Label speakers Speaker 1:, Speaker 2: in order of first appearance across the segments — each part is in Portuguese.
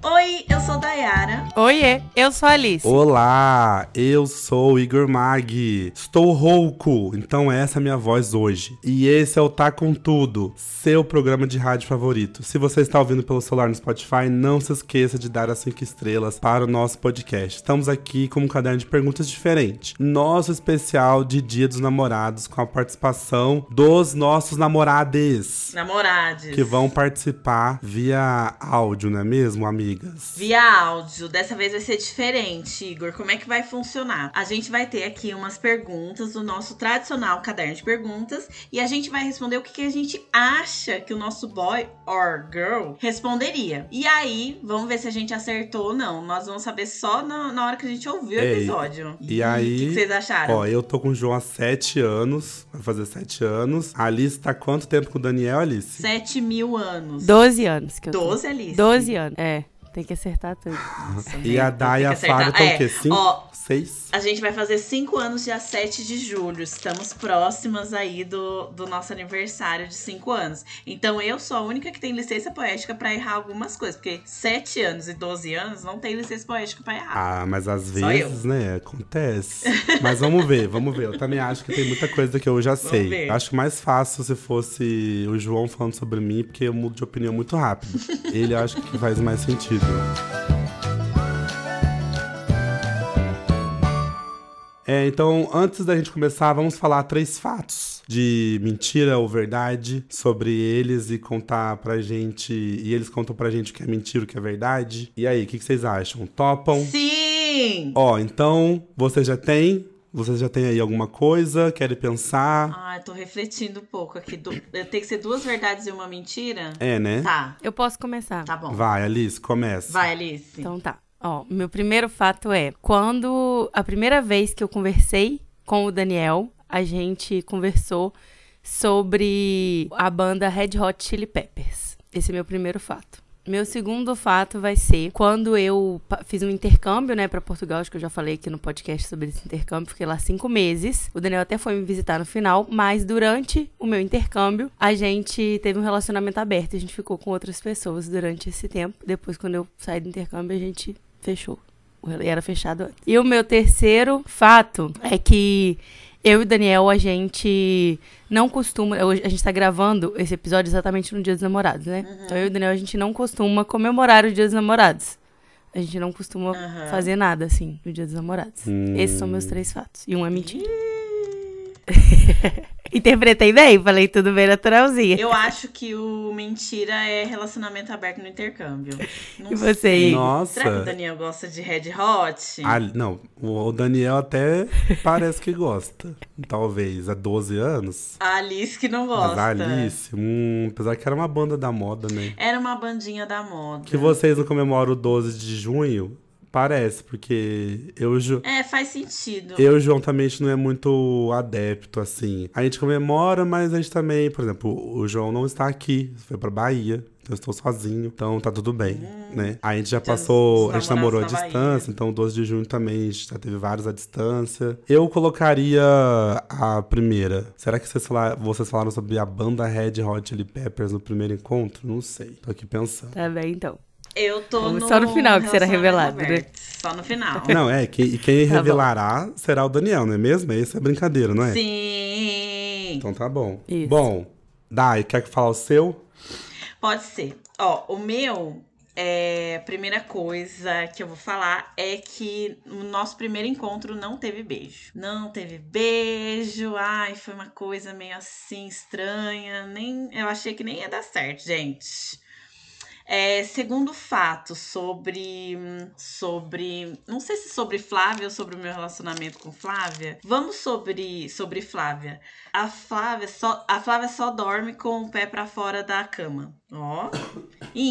Speaker 1: Oi, eu sou Dayara.
Speaker 2: Oiê, eu sou a Alice.
Speaker 3: Olá, eu sou o Igor Mag. Estou rouco, então essa é a minha voz hoje. E esse é o Tá Com Tudo, seu programa de rádio favorito. Se você está ouvindo pelo celular no Spotify, não se esqueça de dar as 5 estrelas para o nosso podcast. Estamos aqui com um caderno de perguntas diferente. Nosso especial de Dia dos Namorados, com a participação dos nossos namorades.
Speaker 1: Namorades.
Speaker 3: Que vão participar via áudio, não é mesmo, amigas?
Speaker 1: Via áudio. Dessa vez vai ser diferente, Igor. Como é que vai funcionar? A gente vai ter aqui umas perguntas do nosso tradicional caderno de perguntas e a gente vai responder o que, que a gente acha que o nosso boy or girl responderia. E aí, vamos ver se a gente acertou ou não. Nós vamos saber só na, na hora que a gente ouvir o
Speaker 3: Ei,
Speaker 1: episódio.
Speaker 3: e
Speaker 1: Ih,
Speaker 3: aí-
Speaker 1: O que, que vocês acharam?
Speaker 3: Ó, eu tô com o João há sete anos, vai fazer sete anos. A Alice tá quanto tempo com o Daniel, Alice?
Speaker 1: 7 mil anos.
Speaker 2: 12 anos que eu tô.
Speaker 1: 12, Alice.
Speaker 2: 12 anos. É, tem que acertar tudo.
Speaker 3: E a Day e
Speaker 1: Tem que
Speaker 3: a
Speaker 1: acertar.
Speaker 3: Fábio estão
Speaker 1: É,
Speaker 3: o quê? Cinco?
Speaker 1: ó.
Speaker 3: Seis?
Speaker 1: A gente vai fazer 5 anos dia 7 de julho. Estamos próximas aí do, do nosso aniversário de 5 anos. Então eu sou a única que tem licença poética pra errar algumas coisas. Porque 7 anos e 12 anos não tem licença poética pra errar.
Speaker 3: Ah, mas às
Speaker 1: Só
Speaker 3: vezes, né, acontece. Mas vamos ver, vamos ver. Eu também acho que tem muita coisa que eu já
Speaker 1: Vamos
Speaker 3: sei.
Speaker 1: ver.
Speaker 3: Acho mais fácil se fosse o João falando sobre mim, porque eu mudo de opinião muito rápido. Ele acho que faz mais sentido. É, então, antes da gente começar, vamos falar três fatos de mentira ou verdade sobre eles e contar pra gente. E eles contam pra gente o que é mentira, o que é verdade. E aí, o que, que vocês acham? Topam?
Speaker 1: Sim!
Speaker 3: Ó, então, você já tem? Você já tem aí alguma coisa? Quer pensar?
Speaker 1: Ah, eu tô refletindo um pouco aqui. Du- Tem que ser duas verdades e uma mentira?
Speaker 3: É, né?
Speaker 1: Tá,
Speaker 2: Eu posso começar?
Speaker 1: tá bom.
Speaker 3: Vai, Alice, começa.
Speaker 1: Vai, Alice.
Speaker 2: Então tá. Ó, meu primeiro fato é, quando a primeira vez que eu conversei com o Daniel, a gente conversou sobre a banda Red Hot Chili Peppers. Esse é meu primeiro fato. Meu segundo fato vai ser quando eu pa- fiz um intercâmbio, né, pra Portugal, acho que eu já falei aqui no podcast sobre esse intercâmbio, fiquei lá cinco meses. O Daniel até foi me visitar no final, mas durante o meu intercâmbio, a gente teve um relacionamento aberto, a gente ficou com outras pessoas durante esse tempo. Depois, quando eu saí do intercâmbio, a gente fechou. E Era fechado antes. E o meu terceiro fato é que eu e o Daniel, a gente não costuma. hoje A gente tá gravando esse episódio exatamente no Dia dos Namorados, né? Então eu e o Daniel, a gente não costuma comemorar o Dia dos Namorados. A gente não costuma
Speaker 1: Aham.
Speaker 2: fazer nada assim no Dia dos Namorados.
Speaker 3: Hum.
Speaker 2: Esses são meus três fatos. E um é mentira. Interpretei bem, falei tudo bem naturalzinha.
Speaker 1: Eu acho que o mentira é relacionamento aberto no intercâmbio. Não
Speaker 2: E você,
Speaker 1: sei.
Speaker 2: Igor?
Speaker 1: Será que o
Speaker 3: Nossa.
Speaker 1: Daniel gosta de Red Hot?
Speaker 3: Ali- não, o o Daniel até parece que gosta. Talvez há 12 anos.
Speaker 1: A Alice que não
Speaker 3: Mas
Speaker 1: gosta.
Speaker 3: a Alice, hum, apesar que era uma banda da moda, né?
Speaker 1: Era uma bandinha da moda.
Speaker 3: Que vocês não comemoram o 12 de junho? Parece, porque eu, e o Ju-
Speaker 1: É, faz sentido.
Speaker 3: Eu e o João também a gente não é muito adepto, assim. A gente comemora, mas a gente também, por exemplo, o João não está aqui, foi pra Bahia. Então eu estou sozinho, então tá tudo bem, né? A gente já
Speaker 1: Então,
Speaker 3: passou,
Speaker 1: os
Speaker 3: a gente namorou à
Speaker 1: namorados na
Speaker 3: distância, então 12 de junho também a gente já teve vários à distância. Eu colocaria a primeira. Será que vocês fala- vocês falaram sobre a banda Red Hot Chili Peppers no primeiro encontro? Não sei, tô aqui pensando.
Speaker 2: Tá bem, então.
Speaker 1: Eu tô
Speaker 2: Vamos
Speaker 1: no
Speaker 2: só no final que será
Speaker 1: relacionamento
Speaker 2: revelado, né?
Speaker 1: aberto. Só no final.
Speaker 3: Não, é, que- e quem
Speaker 2: Tá bom.
Speaker 3: revelará será o Daniel, não é mesmo? Essa é a brincadeira, não é?
Speaker 1: Sim.
Speaker 3: Então tá bom.
Speaker 2: Isso.
Speaker 3: Bom, Dai, quer que falar o seu?
Speaker 1: Pode ser. Ó, o meu. É, a primeira coisa que eu vou falar é que o nosso primeiro encontro não teve beijo. Não teve beijo. Ai, foi uma coisa meio assim estranha. Nem, eu achei que nem ia dar certo, gente. É, segundo fato sobre sobre, não sei se sobre Flávia ou sobre o meu relacionamento com Flávia. Vamos sobre sobre Flávia. A Flávia só, a Flávia só dorme com o pé pra fora da cama. Ó.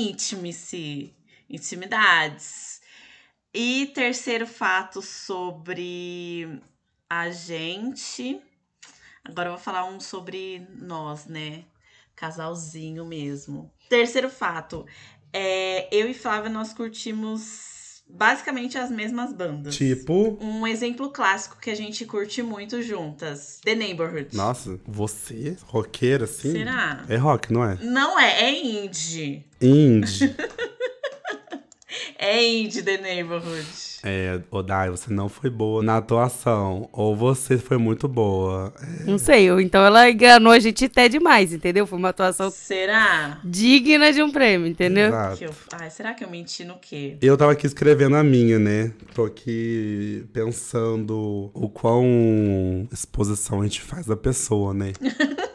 Speaker 1: Intime-se. Intimidades. E terceiro fato sobre a gente. Agora eu vou falar um sobre nós, né? Casalzinho mesmo. Terceiro fato. É, eu e Flávia nós curtimos basicamente as mesmas bandas.
Speaker 3: Tipo.
Speaker 1: Um exemplo clássico que a gente curte muito juntas: The Neighborhood.
Speaker 3: Nossa, você? Roqueira, assim?
Speaker 1: Será?
Speaker 3: É rock, não é?
Speaker 1: Não é, é indie.
Speaker 3: Indie.
Speaker 1: End É the Neighborhood.
Speaker 3: É, Odai, você não foi boa na atuação. Ou você foi muito boa. É
Speaker 2: Não sei, eu- então ela enganou a gente até demais, entendeu? Foi uma atuação
Speaker 1: Será?
Speaker 2: digna de um prêmio, entendeu?
Speaker 3: Exato.
Speaker 1: Que eu... Ai, será que eu menti no quê?
Speaker 3: Eu tava aqui escrevendo a minha, né? Tô aqui pensando o quão exposição a gente faz da pessoa, né?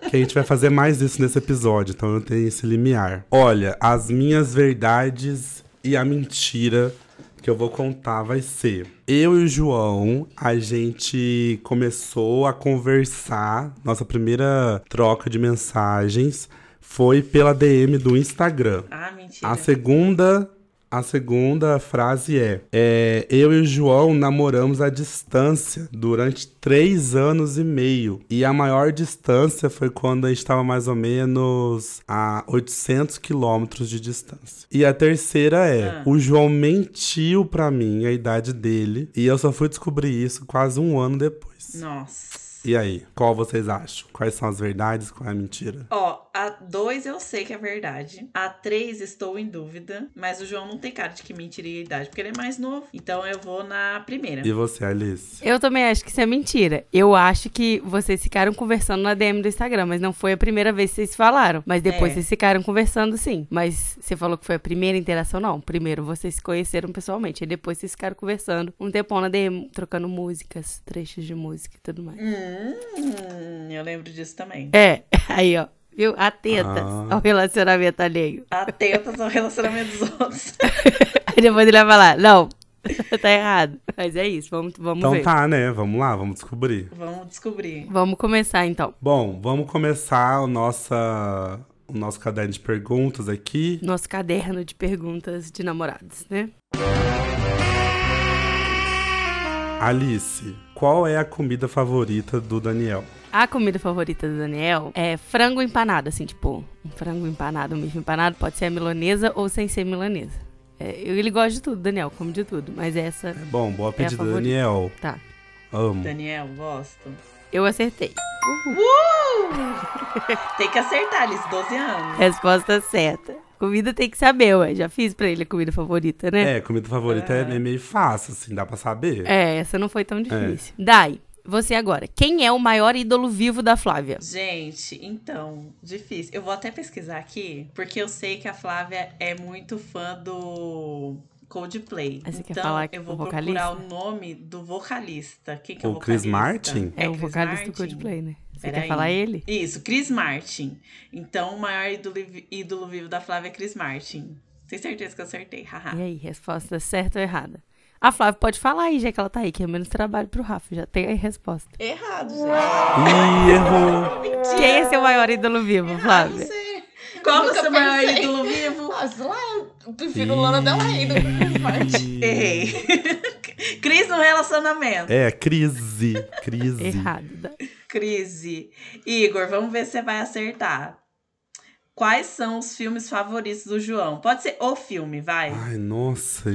Speaker 3: que a gente vai fazer mais isso nesse episódio, então eu tenho esse limiar. Olha, as minhas verdades e a mentira que eu vou contar vai ser. Eu e o João, a gente começou a conversar. Nossa primeira troca de mensagens foi pela DM do Instagram.
Speaker 1: Ah, mentira.
Speaker 3: A segunda, a segunda frase é, é, Eu e o João namoramos à distância durante três anos e meio. E a maior distância foi quando a gente estava mais ou menos a 800 quilômetros de distância. E a terceira é:
Speaker 1: Ah.
Speaker 3: O João mentiu pra mim a idade dele. E eu só fui descobrir isso quase um ano depois.
Speaker 1: Nossa.
Speaker 3: E aí, qual vocês acham? Quais são as verdades? Qual é a mentira?
Speaker 1: Ó, a 2 eu sei que é verdade. A 3 estou em dúvida. Mas o João não tem cara de que mentiria a idade, porque ele é mais novo. Então eu vou na primeira.
Speaker 3: E você, Alice?
Speaker 2: Eu também acho que isso é mentira. Eu acho que vocês ficaram conversando na DM do Instagram, mas não foi a primeira vez que vocês falaram. Mas depois
Speaker 1: É.
Speaker 2: vocês ficaram conversando, sim. Mas você falou que foi a primeira interação? Não. Primeiro vocês se conheceram pessoalmente, e depois vocês ficaram conversando um tempão na DM, trocando músicas, trechos de música e tudo mais.
Speaker 1: Hum, eu lembro disso também.
Speaker 2: É, aí ó, viu? Atentas
Speaker 3: Ah.
Speaker 2: ao relacionamento alheio.
Speaker 1: Atentas ao relacionamento dos outros.
Speaker 2: Aí depois ele vai falar, não, tá errado. Mas é isso, vamos, vamos
Speaker 3: Então
Speaker 2: ver.
Speaker 3: tá, né? Vamos lá, vamos descobrir.
Speaker 1: Vamos descobrir.
Speaker 2: Vamos começar então.
Speaker 3: Bom, vamos começar o, nossa, o nosso caderno de perguntas aqui.
Speaker 2: Nosso caderno de perguntas de namorados, né?
Speaker 3: Alice, qual é a comida favorita do Daniel?
Speaker 2: A comida favorita do Daniel é frango empanado, assim, tipo, um frango empanado, um bife empanado, pode ser a milanesa ou sem ser milanesa. É, ele gosta de tudo, Daniel, come de tudo, mas essa,
Speaker 3: É bom, boa pedida,
Speaker 2: favorita.
Speaker 3: Daniel.
Speaker 2: tá.
Speaker 3: Amo.
Speaker 1: Daniel, gosto.
Speaker 2: Eu acertei.
Speaker 1: Uh! Tem que acertar, eles 12 anos.
Speaker 2: Resposta certa. Comida tem que saber, ué. Já fiz pra ele a comida favorita, né?
Speaker 3: É, comida favorita é. é meio fácil, assim, dá pra saber.
Speaker 2: É, essa não foi tão difícil. Dai, você agora. Quem é o maior ídolo vivo da Flávia?
Speaker 1: Gente, então, difícil. Eu vou até pesquisar aqui, porque eu sei que a Flávia é muito fã do Coldplay.
Speaker 2: Aí você quer
Speaker 1: então,
Speaker 2: falar que
Speaker 1: eu
Speaker 2: o
Speaker 1: vou
Speaker 2: vocalista?
Speaker 1: procurar o nome do vocalista. Quem que é o
Speaker 3: O Chris
Speaker 1: vocalista?
Speaker 3: Martin?
Speaker 2: É, o
Speaker 1: Chris
Speaker 2: vocalista do
Speaker 1: Martin.
Speaker 2: Coldplay, né? Você
Speaker 1: Peraí.
Speaker 2: quer falar ele?
Speaker 1: Isso, Chris Martin. Então, o maior ídolo, ídolo vivo da Flávia é Chris Martin. Tenho certeza que eu acertei, haha.
Speaker 2: E aí, resposta certa ou errada? A Flávia pode falar aí, já que ela tá aí, que é menos trabalho pro Rafa. Já tem aí a resposta.
Speaker 1: Errado, gente.
Speaker 3: Ih, errou.
Speaker 2: Quem é seu maior ídolo vivo, Flávia?
Speaker 1: Qual que é o
Speaker 4: Nunca
Speaker 1: seu maior
Speaker 4: pensei.
Speaker 1: ídolo vivo?
Speaker 4: Ah, sei lá, eu prefiro Lana Del Rey do que Martin.
Speaker 1: Errei. Cris no relacionamento.
Speaker 3: É, crise. Crise.
Speaker 2: Errado. Dai.
Speaker 1: Crise. Igor, vamos ver se você vai acertar. Quais são os filmes favoritos do João? Pode ser o filme, vai.
Speaker 3: Ai, nossa.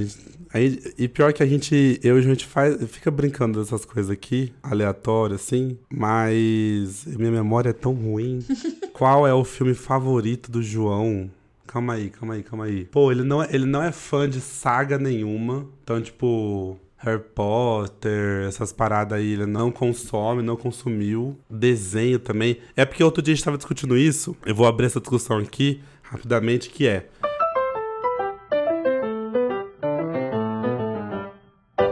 Speaker 3: Aí, e pior que a gente, eu e a gente faz, fica brincando dessas coisas aqui, aleatório assim, mas minha memória é tão ruim. Qual é o filme favorito do João? Calma aí, calma aí, calma aí. Pô, ele não, é- ele não é fã de saga nenhuma, então tipo Harry Potter, essas paradas aí, ele não consome, não consumiu. Desenho também. É porque outro dia a gente tava discutindo isso. Eu vou abrir essa discussão aqui rapidamente, que é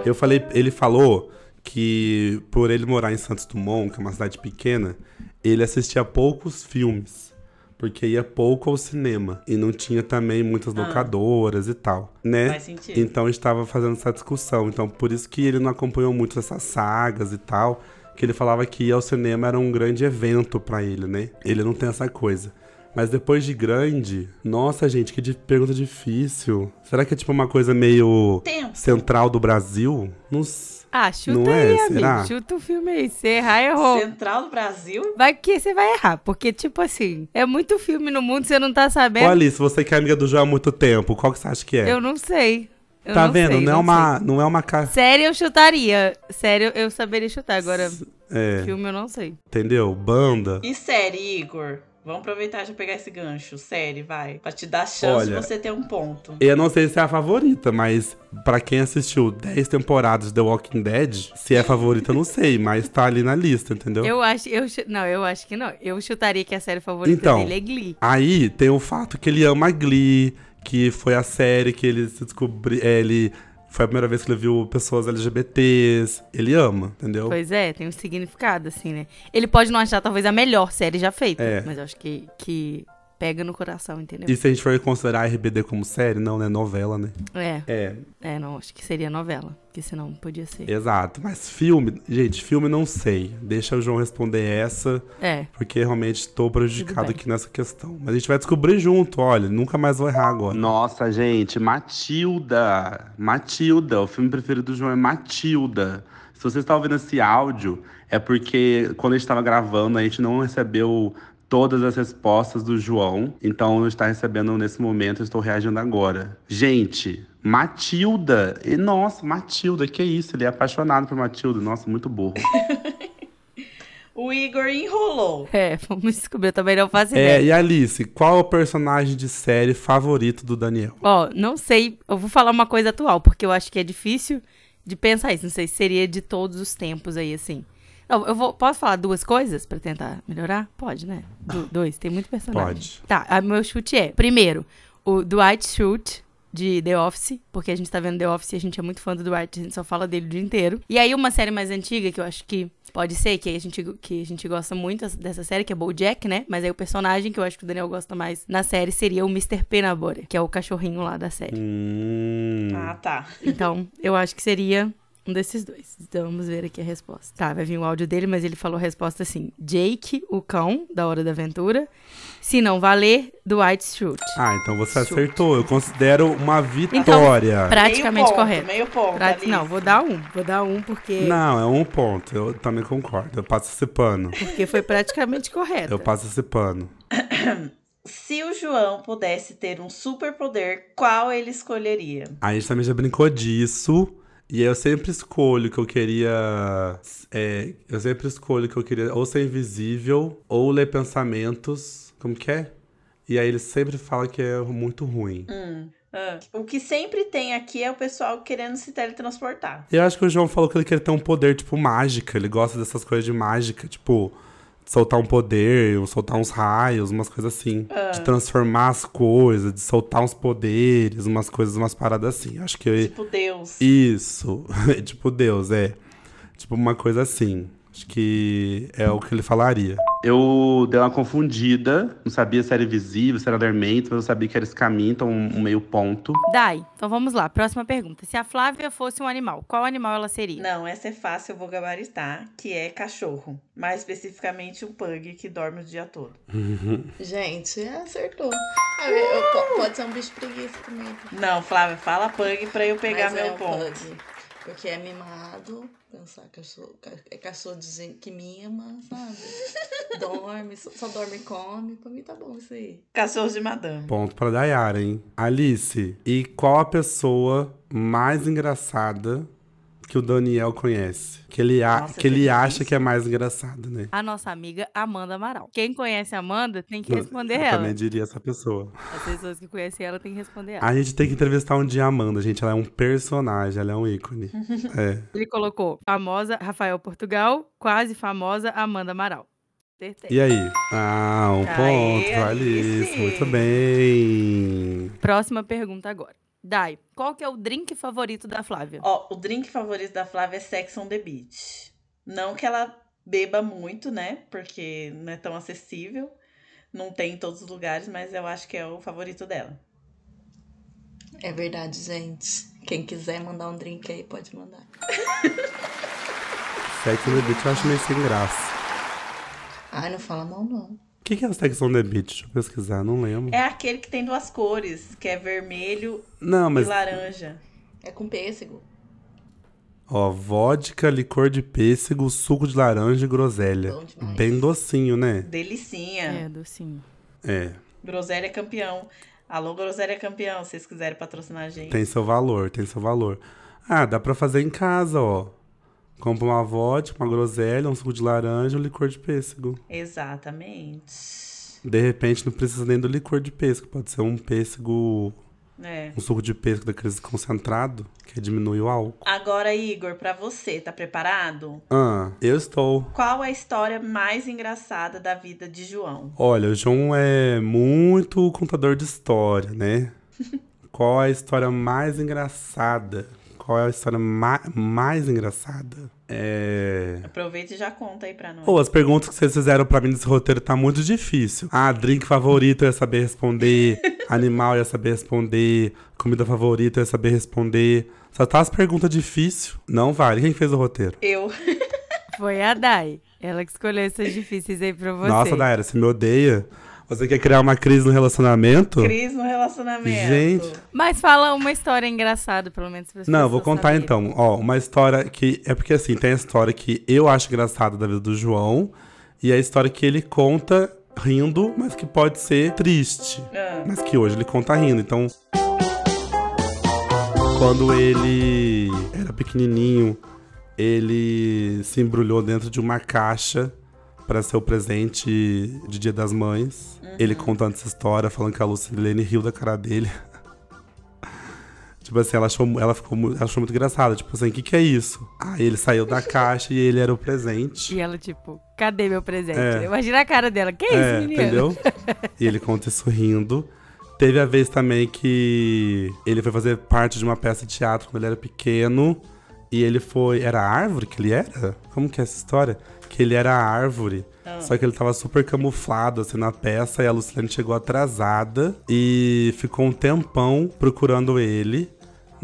Speaker 3: Eu falei, ele falou que por ele morar em Santos Dumont, que é uma cidade pequena, ele assistia poucos filmes, porque ia pouco ao cinema e não tinha também muitas locadoras e tal, né?
Speaker 1: Ah. Faz sentido.
Speaker 3: Então estava fazendo essa discussão, então por isso que ele não acompanhou muito essas sagas e tal, que ele falava que ir ao cinema era um grande evento pra ele, né? Ele não tem essa coisa. Mas depois de grande, nossa gente, que di- pergunta difícil. Será que é tipo uma coisa meio
Speaker 1: Tempo.
Speaker 3: central do Brasil. Nos...
Speaker 2: Ah, chuta
Speaker 3: Não é?
Speaker 2: aí, amigo.
Speaker 3: Será?
Speaker 2: Chuta o filme aí. Se errar, errou.
Speaker 1: Central do Brasil?
Speaker 2: Vai que você vai errar. Porque, tipo assim, é muito filme no mundo, você não tá sabendo.
Speaker 3: Ô, Alice, você que é amiga do João há muito tempo, qual que você acha que é?
Speaker 2: Eu não sei. Eu
Speaker 3: tá
Speaker 2: não
Speaker 3: vendo?
Speaker 2: sei,
Speaker 3: não, é uma, não é uma ca...
Speaker 2: Sério, eu chutaria. Sério, eu saberia chutar. Agora,
Speaker 3: É,
Speaker 2: filme eu não sei.
Speaker 3: entendeu? Banda.
Speaker 1: E série, Igor? Vamos aproveitar já pegar esse gancho, série, vai. Pra te dar chance de
Speaker 3: Olha,
Speaker 1: você ter um ponto.
Speaker 3: Eu não sei se é a favorita, mas pra quem assistiu 10 temporadas de The Walking Dead, se é a favorita, eu não sei, mas tá ali na lista, entendeu?
Speaker 2: Eu acho, eu chu- não, eu acho que não. Eu chutaria que a série favorita
Speaker 3: Então.
Speaker 2: dele é Glee.
Speaker 3: Aí tem o fato que ele ama Glee, que foi a série que ele se descobriu. Ele. Foi a primeira vez que ele viu pessoas LGBTs. Ele ama, entendeu?
Speaker 2: Pois é, tem um significado, assim, né? Ele pode não achar, talvez, a melhor série já feita.
Speaker 3: É.
Speaker 2: Mas eu acho que, que pega no coração, entendeu?
Speaker 3: E se a gente for considerar RBD como série, não, né? Novela, né?
Speaker 2: É,
Speaker 3: É,
Speaker 2: é, não, acho que seria novela. Porque senão podia ser.
Speaker 3: exato. Mas filme, gente, filme não sei. Deixa o João responder essa,
Speaker 2: É.
Speaker 3: porque realmente tô
Speaker 2: Tudo
Speaker 3: prejudicado
Speaker 2: bem.
Speaker 3: aqui nessa questão. Mas a gente vai descobrir junto, olha, nunca mais vou errar agora. Nossa, gente, Matilda. Matilda, o filme preferido do João é Matilda. Se você está ouvindo esse áudio, é porque quando a gente estava gravando, a gente não recebeu todas as respostas do João. Então não está recebendo nesse momento, eu estou reagindo agora. Gente, Matilda! E, nossa, Matilda, que isso? Ele é apaixonado por Matilda. Nossa, muito burro.
Speaker 1: O Igor enrolou.
Speaker 2: É, vamos descobrir. Eu também não faço ideia.
Speaker 3: É, e Alice, qual é o personagem de série favorito do Daniel?
Speaker 2: Ó, não sei. Eu vou falar uma coisa atual, porque eu acho que é difícil de pensar isso. Não sei se seria de todos os tempos aí, assim. Não, eu vou, posso falar duas coisas pra tentar melhorar? Pode, né? Du- dois, tem muito personagem.
Speaker 3: Pode.
Speaker 2: Tá, a, meu chute é, primeiro, o Dwight Schrute, de The Office, porque a gente tá vendo The Office e a gente é muito fã do Dwight, a gente só fala dele o dia inteiro. E aí uma série mais antiga, que eu acho que pode ser, que a gente, que a gente gosta muito dessa série, que é BoJack, né? Mas aí o personagem que eu acho que o Daniel gosta mais na série seria o Mr. Penabore, que é o cachorrinho lá da série.
Speaker 3: Hum,
Speaker 1: Ah, tá.
Speaker 2: Então, eu acho que seria um desses dois. Então, vamos ver aqui a resposta. Tá, vai vir o áudio dele, mas ele falou a resposta assim: Jake, o cão, da Hora da Aventura. Se não valer, Dwight Schrute.
Speaker 3: Ah, então você
Speaker 2: Chute.
Speaker 3: acertou. Eu considero uma
Speaker 2: Então,
Speaker 3: vitória.
Speaker 1: meio
Speaker 2: praticamente
Speaker 1: um ponto,
Speaker 2: correto.
Speaker 1: Meio ponto.
Speaker 2: Pra-
Speaker 1: Alice.
Speaker 2: Não, vou dar um. Vou dar um porque,
Speaker 3: Não, é um ponto. Eu também concordo. Eu passo esse pano.
Speaker 2: porque foi praticamente correto.
Speaker 3: Eu passo esse pano.
Speaker 1: Se o João pudesse ter um superpoder, qual ele escolheria?
Speaker 3: A gente também já brincou disso. E eu sempre escolho que eu queria. é, eu sempre escolho que eu queria ou ser invisível ou ler pensamentos. Como que é? E aí ele sempre fala que é muito ruim.
Speaker 1: Ah, O que sempre tem aqui é o pessoal querendo se teletransportar.
Speaker 3: Eu acho que o João falou que ele quer ter um poder, tipo, mágica. Ele gosta dessas coisas de mágica, tipo, de soltar um poder, ou soltar uns raios, umas coisas assim. De transformar as coisas, de soltar uns poderes, umas coisas, umas paradas assim. Acho que.
Speaker 1: Tipo, Deus.
Speaker 3: Isso. É tipo, Deus, é. Tipo, uma coisa assim. Acho que é o que ele falaria. Eu dei uma confundida. Não sabia se era invisível, se era dormente, mas eu sabia que era esse caminho, então um meio ponto.
Speaker 2: Dai, então vamos lá. Próxima pergunta. Se a Flávia fosse um animal, qual animal ela seria?
Speaker 1: Não, essa é fácil, eu vou gabaritar, que é cachorro. Mais especificamente um pug que dorme o dia todo.
Speaker 4: Gente, acertou. Ah, eu- eu po- pode ser um bicho preguiça também.
Speaker 1: Não, Flávia, fala pug pra eu pegar
Speaker 4: Mas
Speaker 1: meu
Speaker 4: é um
Speaker 1: ponto.
Speaker 4: pug, Porque é mimado. Pensar cachorro. ca- É cachorro de gente que mima, sabe? dorme, só, só dorme e come. Pra mim tá bom isso aí.
Speaker 1: Cachorro de madame.
Speaker 3: Ponto pra Dayara, hein? Alice, e qual a pessoa mais engraçada que o Daniel conhece? Que ele, a-
Speaker 1: Nossa,
Speaker 3: que ele
Speaker 1: que
Speaker 3: acha
Speaker 1: difícil.
Speaker 3: que é mais engraçada, né?
Speaker 2: A nossa amiga Amanda Amaral. Quem conhece a Amanda tem que
Speaker 3: Não,
Speaker 2: responder
Speaker 3: Eu
Speaker 2: ela.
Speaker 3: também diria essa pessoa.
Speaker 2: As pessoas que conhecem ela têm que responder ela.
Speaker 3: A gente tem que entrevistar um dia a Amanda, gente. Ela é um personagem, ela é um ícone. é.
Speaker 2: Ele colocou famosa Rafael Portugal, quase famosa Amanda Amaral. Acertei.
Speaker 3: E aí? Ah, um
Speaker 1: Aê,
Speaker 3: ponto, pra Alice.
Speaker 1: Alice.
Speaker 3: Muito bem.
Speaker 2: Próxima pergunta agora. Dai, qual que é o drink favorito da Flávia?
Speaker 1: Ó, o drink favorito da Flávia é Sex on the Beach. Não que ela beba muito, né? Porque não é tão acessível. Não tem em todos os lugares, mas eu acho que é o favorito dela.
Speaker 4: É verdade, gente. Quem quiser mandar um drink aí, pode mandar.
Speaker 3: Sex on the Beach eu acho meio sem graça.
Speaker 4: Ai, não fala mal, não.
Speaker 3: O que que é o Sex on the Beach? Deixa eu pesquisar, não lembro.
Speaker 1: É aquele que tem duas cores, que é vermelho
Speaker 3: Não, mas
Speaker 1: e laranja.
Speaker 4: É com pêssego.
Speaker 3: Ó, vodka, licor de pêssego, suco de laranja e groselha.
Speaker 4: Bom demais.
Speaker 3: Bem docinho, né?
Speaker 1: Delicinha.
Speaker 2: docinho.
Speaker 3: É,
Speaker 1: Groselha é campeão. Alô, Groselha é campeão, se vocês quiserem patrocinar a gente.
Speaker 3: tem seu valor, tem seu valor. Ah, dá pra fazer em casa, ó. Compra uma vodka, uma groselha, um suco de laranja, um licor de pêssego.
Speaker 1: Exatamente.
Speaker 3: De repente não precisa nem do licor de pêssego, pode ser um pêssego,
Speaker 1: É.
Speaker 3: um suco de pêssego daqueles concentrado, que diminui o álcool.
Speaker 1: Agora, Igor, pra você, tá preparado?
Speaker 3: Ah, eu estou.
Speaker 1: Qual é a história mais engraçada da vida de João?
Speaker 3: Olha, o João é muito contador de história, né? Qual é a história mais engraçada? Qual é a história ma- mais engraçada? É.
Speaker 1: Aproveita e já conta aí pra nós.
Speaker 3: Pô, as perguntas que vocês fizeram pra mim desse roteiro tá muito difícil. Ah, drink favorito eu ia saber responder. Animal eu ia saber responder. Comida favorita eu ia saber responder. Só tá as perguntas difíceis. Não vale. Quem fez o roteiro?
Speaker 1: Eu.
Speaker 2: Foi a Dai. Ela que escolheu essas difíceis aí pra você.
Speaker 3: Nossa, Daera, você me odeia? Você quer criar uma crise no relacionamento?
Speaker 1: Cris no relacionamento.
Speaker 3: Gente.
Speaker 2: Mas fala uma história engraçada, pelo menos. Pra
Speaker 3: Não, vou contar então. Ó, uma história que. É porque assim, tem a história que eu acho engraçada da vida do João. E a história que ele conta rindo, mas que pode ser triste.
Speaker 1: Ah,
Speaker 3: Mas que hoje ele conta rindo, então. Quando ele era pequenininho, ele se embrulhou dentro de uma caixa para ser o presente de Dia das Mães. Ele contando essa história, falando que a Lucilene riu da cara dele. tipo assim, ela achou, mu- ela ficou, mu- ela achou muito engraçada. Tipo assim, o que, que é isso? Aí ele saiu da caixa e ele era o presente.
Speaker 2: E ela, tipo, cadê meu presente?
Speaker 3: É.
Speaker 2: Imagina a cara dela. Que isso,
Speaker 3: É,
Speaker 2: menino?
Speaker 3: entendeu? E ele conta isso rindo. Teve a vez também que ele foi fazer parte de uma peça de teatro quando ele era pequeno. E ele foi. Era a árvore que ele era? Como que é essa história? Que ele era a árvore.
Speaker 2: Ah.
Speaker 3: Só que ele tava super camuflado assim na peça e a Lucilene chegou atrasada e ficou um tempão procurando ele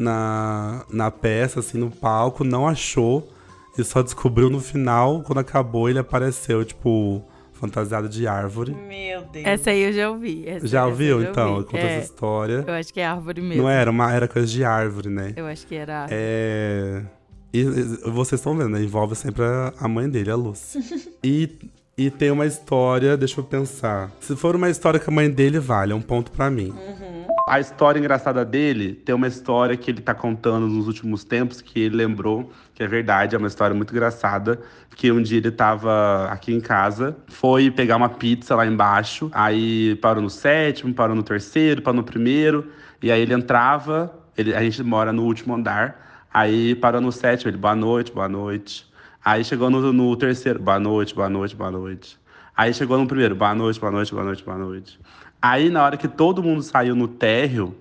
Speaker 3: na, na peça, assim, no palco, não achou. E só descobriu no final, quando acabou, ele apareceu, tipo, fantasiado de árvore.
Speaker 1: meu Deus.
Speaker 2: Essa aí eu já ouvi. essa-
Speaker 3: Já
Speaker 2: essa eu
Speaker 3: ouviu,
Speaker 2: já
Speaker 3: então?
Speaker 2: ouvi.
Speaker 3: Conta
Speaker 2: É,
Speaker 3: essa história.
Speaker 2: eu acho que é árvore mesmo.
Speaker 3: Não era, uma, era coisa de árvore, né?
Speaker 2: Eu acho que era...
Speaker 3: É. E, e, vocês estão vendo, né? Envolve sempre a, a mãe dele, a Lucy. e, e tem uma história, deixa eu pensar. Se for uma história que a mãe dele vale, é um ponto pra mim. A história engraçada dele tem uma história que ele tá contando nos últimos tempos, que ele lembrou que é verdade, é uma história muito engraçada. Que um dia ele tava aqui em casa, foi pegar uma pizza lá embaixo, aí parou no sétimo, parou no terceiro, parou no primeiro, e aí ele entrava, ele- a gente mora no último andar, aí parou no sétimo, ele, boa noite, boa noite. Aí chegou no, no terceiro, boa noite, boa noite, boa noite. Aí chegou no primeiro, boa noite, boa noite, boa noite, boa noite. Aí na hora que todo mundo saiu no térreo,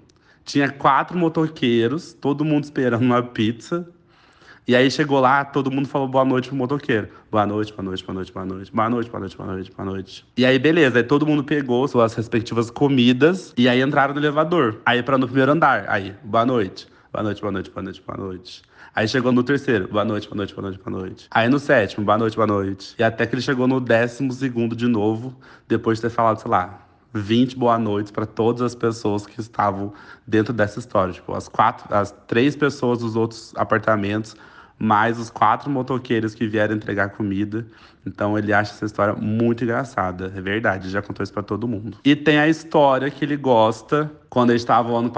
Speaker 3: tinha quatro motoqueiros, todo mundo esperando uma pizza. E aí chegou lá, todo mundo falou boa noite pro motoqueiro. Boa noite, boa noite, boa noite, boa noite, boa noite, boa noite, boa noite, boa noite. E aí, beleza, aí todo mundo pegou suas respectivas comidas e aí entraram no elevador. Aí para no primeiro andar. Aí, boa noite, boa noite, boa noite, boa noite, boa noite. Aí chegou no terceiro, boa noite, boa noite, boa noite, boa noite. Aí no sétimo, boa noite, boa noite. E até que ele chegou no décimo segundo de novo, depois de ter falado, sei lá, 20 boa noites para todas as pessoas que estavam dentro dessa história. Tipo, as quatro, as três pessoas dos outros apartamentos, mais os quatro motoqueiros que vieram entregar comida. Então ele acha essa história muito engraçada. É verdade, já contou isso para todo mundo. E tem a história que ele gosta. Quando eu estava ano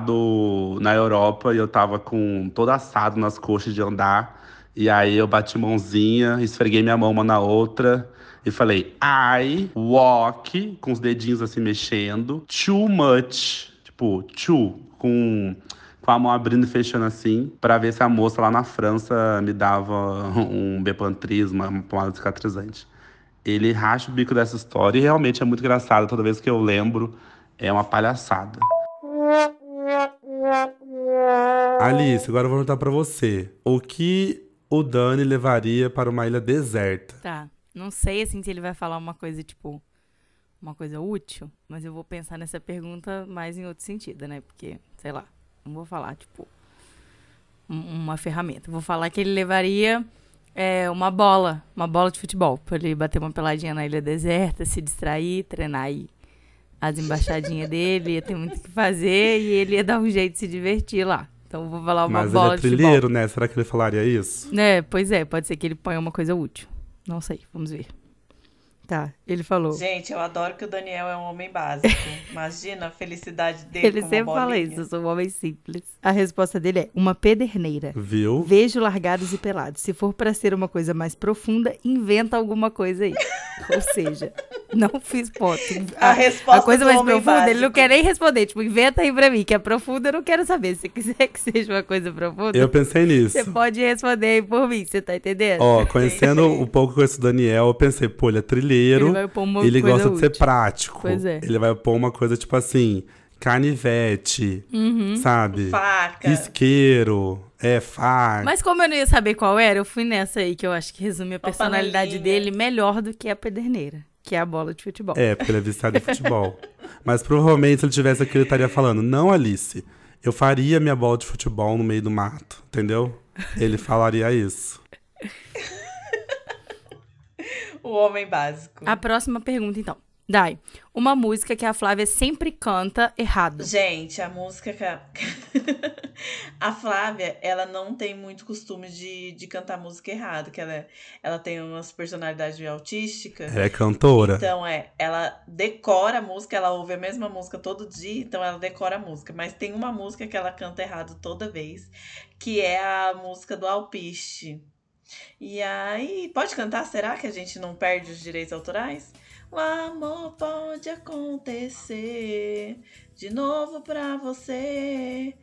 Speaker 3: passado na Europa e eu estava com todo assado nas coxas de andar. E aí eu bati mãozinha, esfreguei minha mão uma na outra e falei I walk, com os dedinhos assim mexendo, too much, tipo too, com, com a mão abrindo e fechando assim, pra ver se a moça lá na França me dava um Bepantris, uma uma pomada cicatrizante. Ele racha o bico dessa história e realmente é muito engraçado. Toda vez que eu lembro, é uma palhaçada. Alice, agora eu vou perguntar pra você. O que o Dani levaria para uma ilha deserta?
Speaker 2: Tá. Não sei, assim, se ele vai falar uma coisa, tipo, uma coisa útil, mas eu vou pensar nessa pergunta mais em outro sentido, né? Porque, sei lá, não vou falar, tipo, um- uma ferramenta. Vou falar que ele levaria é, uma bola, uma bola de futebol, pra ele bater uma peladinha na ilha deserta, se distrair, treinar aí as embaixadinhas dele, ia ter muito o que fazer e ele ia dar um jeito de se divertir lá. Então, eu vou falar uma
Speaker 3: Mas ele
Speaker 2: bola
Speaker 3: é
Speaker 2: de futebol.
Speaker 3: trilheiro, né? Será que ele falaria isso?
Speaker 2: Né, É, pois é, pode ser que ele ponha uma coisa útil. Não sei, vamos ver. Tá, Ele falou.
Speaker 1: Gente, eu adoro que o Daniel é um homem básico. Imagina a felicidade dele.
Speaker 2: Ele
Speaker 1: com uma
Speaker 2: sempre fala
Speaker 1: bolinha.
Speaker 2: isso, eu sou um homem simples. A resposta dele é uma pederneira.
Speaker 3: Viu?
Speaker 2: Vejo largados e pelados. Se for pra ser uma coisa mais profunda, inventa alguma coisa aí. Ou seja, não fiz foto.
Speaker 1: A
Speaker 2: A,
Speaker 1: resposta
Speaker 2: a coisa
Speaker 1: do
Speaker 2: mais
Speaker 1: homem
Speaker 2: profunda, ele não
Speaker 1: básico.
Speaker 2: quer nem responder. Tipo, inventa aí pra mim, que é profunda, eu não quero saber. Se você quiser que seja uma coisa profunda,
Speaker 3: Eu pensei nisso.
Speaker 2: você pode responder aí por mim, você tá entendendo?
Speaker 3: Ó, conhecendo
Speaker 2: assim.
Speaker 3: um pouco com esse Daniel, eu pensei, pô, ele é trilheiro.
Speaker 2: ele vai pôr uma
Speaker 3: ele
Speaker 2: coisa
Speaker 3: gosta de
Speaker 2: útil.
Speaker 3: ser prático.
Speaker 2: Pois é.
Speaker 3: Ele vai pôr uma coisa tipo assim, canivete,
Speaker 2: Uhum.
Speaker 3: sabe?
Speaker 1: Faca.
Speaker 3: Isqueiro, é faca.
Speaker 2: Mas como eu não ia saber qual era, eu fui nessa aí, que eu acho que resume a personalidade
Speaker 1: panelinha.
Speaker 2: dele melhor do que a pederneira, que é a bola de futebol.
Speaker 3: É, porque ele é viciado em futebol. Mas provavelmente se ele tivesse aqui, ele estaria falando: Não, Alice, eu faria minha bola de futebol no meio do mato, entendeu? Ele falaria isso.
Speaker 1: O homem básico.
Speaker 2: A próxima pergunta, então. Dai, uma música que a Flávia sempre canta errado.
Speaker 1: Gente, a música. que a- A Flávia, ela não tem muito costume de, de cantar música errada, que ela, ela tem umas personalidades meio autísticas.
Speaker 3: Ela é cantora.
Speaker 1: Então é, ela decora a música, ela ouve a mesma música todo dia, então ela decora a música. Mas tem uma música que ela canta errado toda vez, que é a música do Alpiste. E aí, pode cantar? Será que a gente não perde os direitos autorais? O amor pode acontecer de novo pra você,